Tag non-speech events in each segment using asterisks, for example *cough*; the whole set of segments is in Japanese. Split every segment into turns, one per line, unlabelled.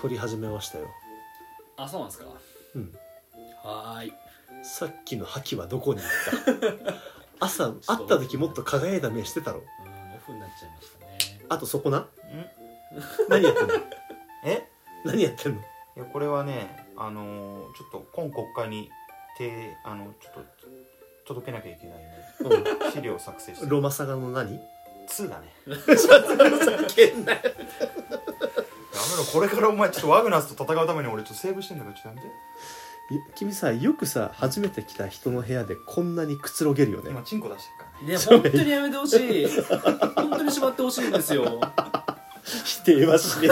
撮り始めましたよ
あそうなんですか
うん
はーい
さっきの覇気はどこに行った
*laughs*
朝会った時もっと輝いた目してたろ
うんオフになっちゃいましたね
あとそこなん何やってん
*laughs*
の
え
何やってんの
いやこれはねあのーちょっと今国会にてあのちょっと届けなきゃいけないね
う
資料を作成して
んロマサガの何
2だね
叫んだよ
やめろこれからお前ちょっとワグナスと戦うために俺ちょっとセーブしてんだからちょっとやめて
君さよくさ初めて来た人の部屋でこんなにくつろげるよね
今チンコ出してるからね
ね本当にやめてほしい本当にしまってほしいんですよ
否定はしね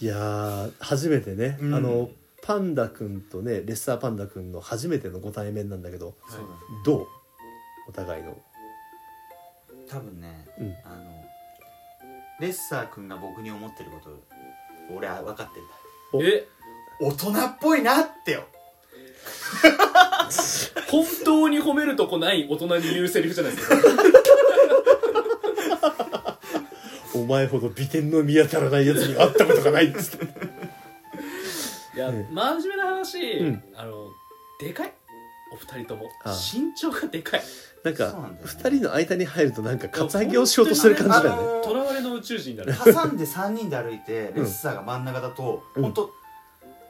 え
*laughs*
いやー初めてね、
うん
あのパンダくんとねレッサーパンダくんの初めてのご対面なんだけど
そうだね
どうお互いの
多分ね、
うん
あのレッサー君が僕に思ってること俺は分かってんだ
お
え
大人っぽいなってよ
本当に褒めるとこない大人に言うセリフじゃないですか
お前ほど美点の見当たらないやつに会ったことがないっつって
いや
うん
真面目な話、
うん
あのでかいお二人とも
ああ
身長がでかい
*laughs* なんか
そうなんだよね
2人の間に入るとなんかカツアゲをしようとしてる感じだよね
とらわれの宇宙人
*laughs*
だね
挟んで3人で歩いてレッサーが真ん中だと、
うん
ほんと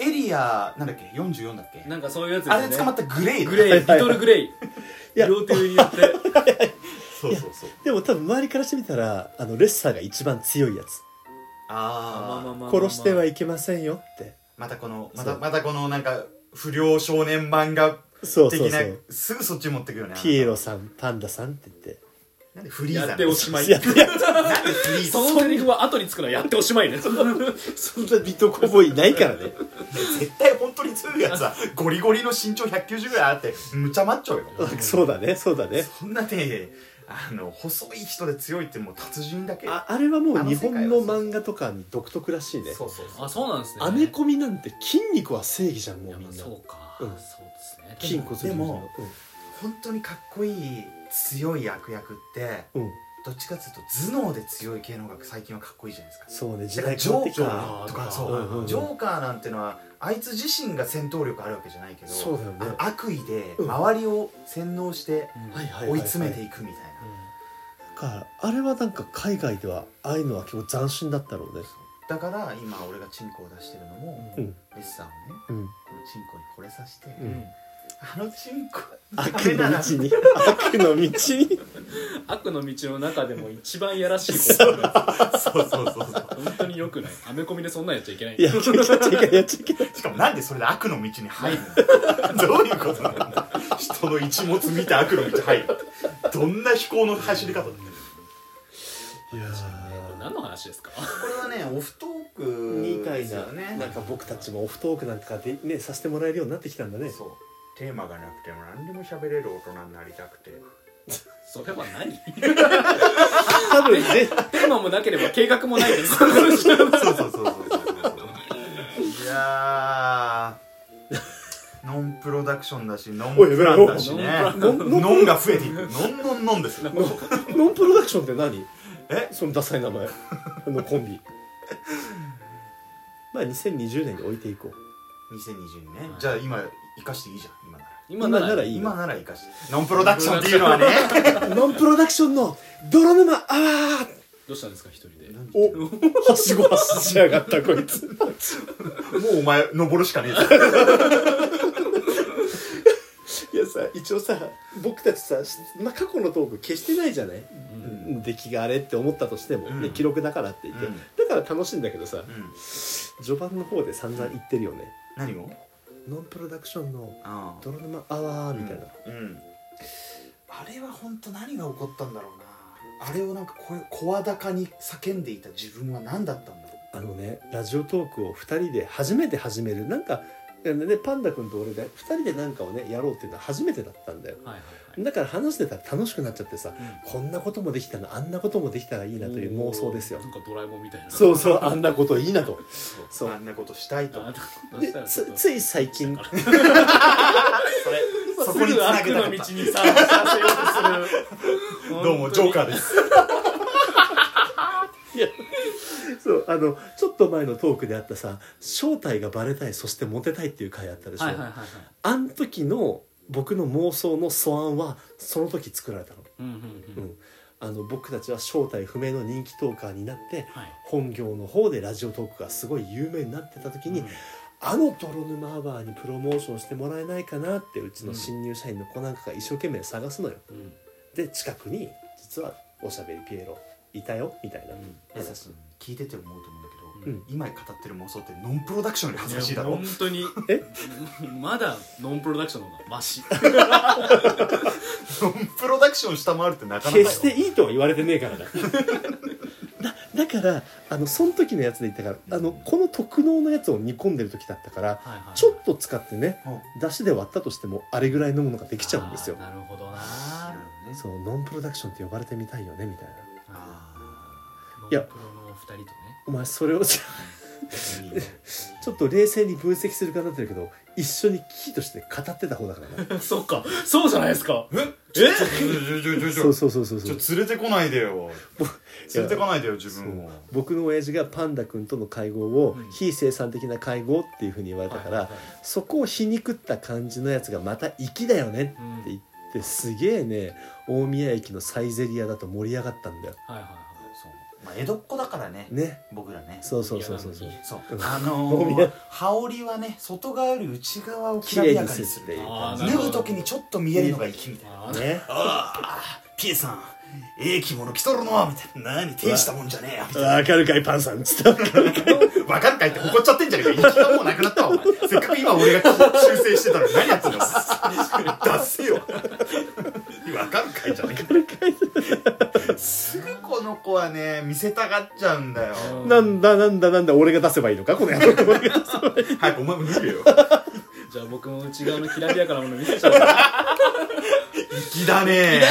エリアなんだっけ44だっけ
なんかそういうやつですね
あれで捕まったグレイだ
グレイリトルグレイ
いや
両手上にやって
そうそうそう
でも多分周りからしてみたらあのレッサーが一番強いやつ
ああ
殺してはいけませんよって
またこのま
そ
た
う
またこのなんか不良少年漫画
そうそ
的
う
な
そう
すぐそっち持ってくよね
ピエロさんパンダさんって言って
なんでフリーザ
や
な
っ
ん
て
だ
おしまい
いやいや
なんでフリーザ
そのセリフは後につくのはやっておしまいね
そんなビトコボーイないからね
絶対本当に強いやつはゴリゴリの身長190ぐらいあってむちゃマッチョよ
*laughs* そうだねそうだね
そんなねあの細い人で強いってもう達人だけ
ああれはもう日本の漫画とかに独特らしいね
そうそうそ
*laughs*
う
あそうなんですね
アメコミなんて筋肉は正義じゃんも
いうや
みん
まあ
な
そうか、
うん
そうですね
筋骨隆々の
本当にかっこいい強い悪役って
うんうん
どっちかっていうと頭脳で強い系の方が最近はかっこいいじゃないですか
そうね時
だから
代
ジ
変わ
ョ
ってき
ーカ
た
ー
な
とかそう、
うんうんうん
ジョーカーなんてのはあいつ自身が戦闘力あるわけじゃないけど
そうだよね
あの悪意で
うん
周りを洗脳して
うん
はいはいはいはい
追い詰めていくみたいな、
だからあれはなんか海外ではああいうのは結構斬新だったろうね
だから今俺がチンコを出してるのも、
うん
レッサーをね
うん
このチンコに惚れさせて、
うん
あのチンコ
悪
ダメだ
の
な
道に悪の道に
悪の道の中でも一番やらしいことだね
*laughs* そうそうそうそう
本当によくないアメコミでそんなんやっちゃいけない
いやっちゃいけないやっちゃいけない
しかもなんでそれで悪の道に入るの *laughs* どういうことなんだ人の一物見て悪の道入るどんな飛行の走り方だ
いや
これ
ー
何の話ですか
これはねオフトー
み
ク
た
で
い
す
な
よね
なんか僕たちもオフトークなんかでねさせてもらえるようになってきたんだね
そうテーマがなくても何でも喋れる大人になりたくて
それは何
多分ね
*laughs* テーマもなければ計画もないです
そうそうそうそうそうそういやーノンプロダクションだしノンプランだしね
おい
ノ
おい
ンノンが増えていくノンノンノンですよ
*laughs* ノンプロダクションって何
え
そのダサい名前あのコン
*laughs*
ビまあ2020年に置いていこう
2020年ねじゃあ今生かしていいじゃん今なら
今
今なら
ならいい
今なら生かしてノンプロダクションっていうのは *laughs* ね
ノンプロダクションの泥沼あー
どうしたんですか一人で
おはしごはしやがったこいつ
もうお前登るしかねえぞ
いやさ一応さ僕たちさ、しまあ、過去のトーク消してないじゃない、出来があれって思ったとしても、
うん
ね記録だからって言って、
うん
だから楽しいんだけどさ
うん
序盤の方で散々言ってるよね、
何を
ノンプロダクションの
ああ
泥沼アワーみたいな、
うん、うんあれは本当何が起こったんだろうなあれをなんか声声高に叫んでいた自分は何だったんだろう
あのねラジオトークを2人で初めて始めるなんか、ね、パンダ君と俺で2人でなんかをねやろうっていうのは初めてだったんだよ
はいはいはい
だから話してたら楽しくなっちゃってさこんなこともできたなあんなこともできたらいいなという妄想ですよ
なんかドラえもんみたいな
そうそうあんなこといいなとそう
あんなことしたいと
あどう
で
したらちょっ
つ
と
つい最近
それ *laughs* そこ
す
に
ぐ
繋
悪
げた
の
か
道
っ
に
た
させようとする
*laughs*
どうもジョーカ
ー
ーです
いやあのちょっと前のトークであったさ正体がバレたいそしてモテたいっていう回あったでしょ、
はいはいはいはい
あん時の僕の妄想の素案はその時作られたの,、
うんうんう
うんん、あの僕たちは正体不明の人気トーカーになって
はい
本業の方でラジオトークがすごい有名になってた時に、
うん
あの泥沼アワーにプロモーションしてもらえないかなってうちの新入社員の子なんかが一生懸命探すのよ。
うん
で近くに実はおしゃべりピエロいたよみたいな、
いやさ聞いてて思うと思うんだけ
う
ど、
ん
今語ってる妄想ってノンプロダクションより恥ずかしいだろ
本当に
え
まだノンプロダクションの方がマシ
ノンプロダクション下回るってなかなかよ
決していいとは言われてねえから *laughs* なだだからあのその時のやつで言ったからあのこの特納のやつを煮込んでる時だったから
はいはい
ちょっと使ってね
うん
出汁で割ったとしてもあれぐらいのものができちゃうんですよ
あーなるほどな
なるほどね
そうノンプロダクションって呼ばれてみたいよねみたいな
ノン
あ
い
プ
や
ロのお二人とね
お前それをじゃ
ーいいね
あちょっと冷静に分析するかなってるけど一緒にキーとして語ってた方だから
*laughs*
な
そっかそうじゃないですか
え
え
ちょちょちょち
そ
ょ
うそうそうそう
ち
そう
ょちょ連れてこないでよ連れてこないでよ自分を
僕の親父がパンダ君との会合を
うん
非生産的な会合っていうふうに言われたから、
はいはい
そこを皮肉った感じのやつがまた粋だよね
うん
って言ってすげえね大宮駅のサイゼリアだと盛り上がったんだよ
はいはいはい
そうまあ江戸っ子だからね
ね
僕らね
そうそうそうそうそう
そ
う
う
ん
あ
も
の
う見え
ー、羽織はね外側より内側をき
綺
らび
麗
や
に
かにす
するって
る
いう
あー
感じ
なる
脱
ほど
ぐ時にちょっと見えるのが粋みたいな
あー
ね
ああピエさんええ着物着とるのみたいな何手したもんじゃねえよみたいな
わかるかいパンさんっつった
分かるかいって怒っちゃってんじゃねえか行き方もうなくなったわお前せっかく今俺が修正してたのに何やってんの出せよ分かるかいじゃねえかすぐこの子はね見せたがっちゃうんだよ
うん
なんだなんだなんだ俺が出せばいいのかこの野郎俺が出せばいい
早くお前も脱げよ
じゃあ僕も内側のきらびやかなもの見せちゃう
粋だね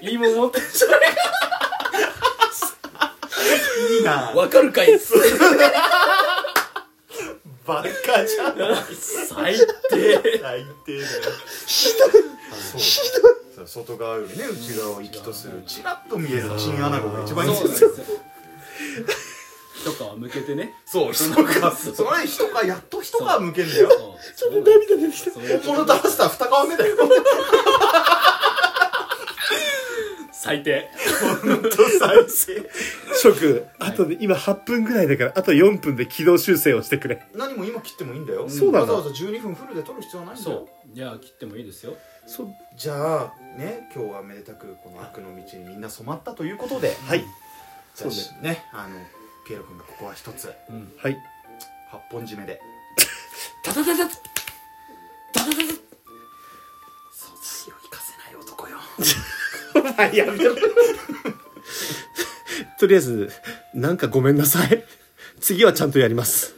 いいもん持ってんじゃない
いいな
わかるかい
バカじゃん
最低
最低だよひどいひどい外側よりね内側を生きとするチラッと見えるチンアナゴが一
そう
番い
ないん
ん
で
です
す
よ
よとかは向けてね
そう *laughs* 人がそれ人がやっと人が向けんだよ
ちょっと涙出てきた
*laughs* 本物ダンスター二顔目だよ
最低
本当最低
諸君あとね今8分ぐらいだからあと4分で軌道修正をしてくれ
何も今切ってもいいんだよ
そうな
わ
の
ざわざ12分フルで撮る必要はないんだ
そ
よ
うじゃあ切ってもいいですよ
そう
じゃあね今日はめでたくこの悪の道にみんな染まったということで
はい
じゃ
そ
あ
う
ねあのピエロ君がここは一つ
うん
はい
八本締めで
タタタタタタタ
素材を生かせない男よ
はい、やめ *laughs* ろ。とりあえず、なんかごめんなさい。次はちゃんとやります。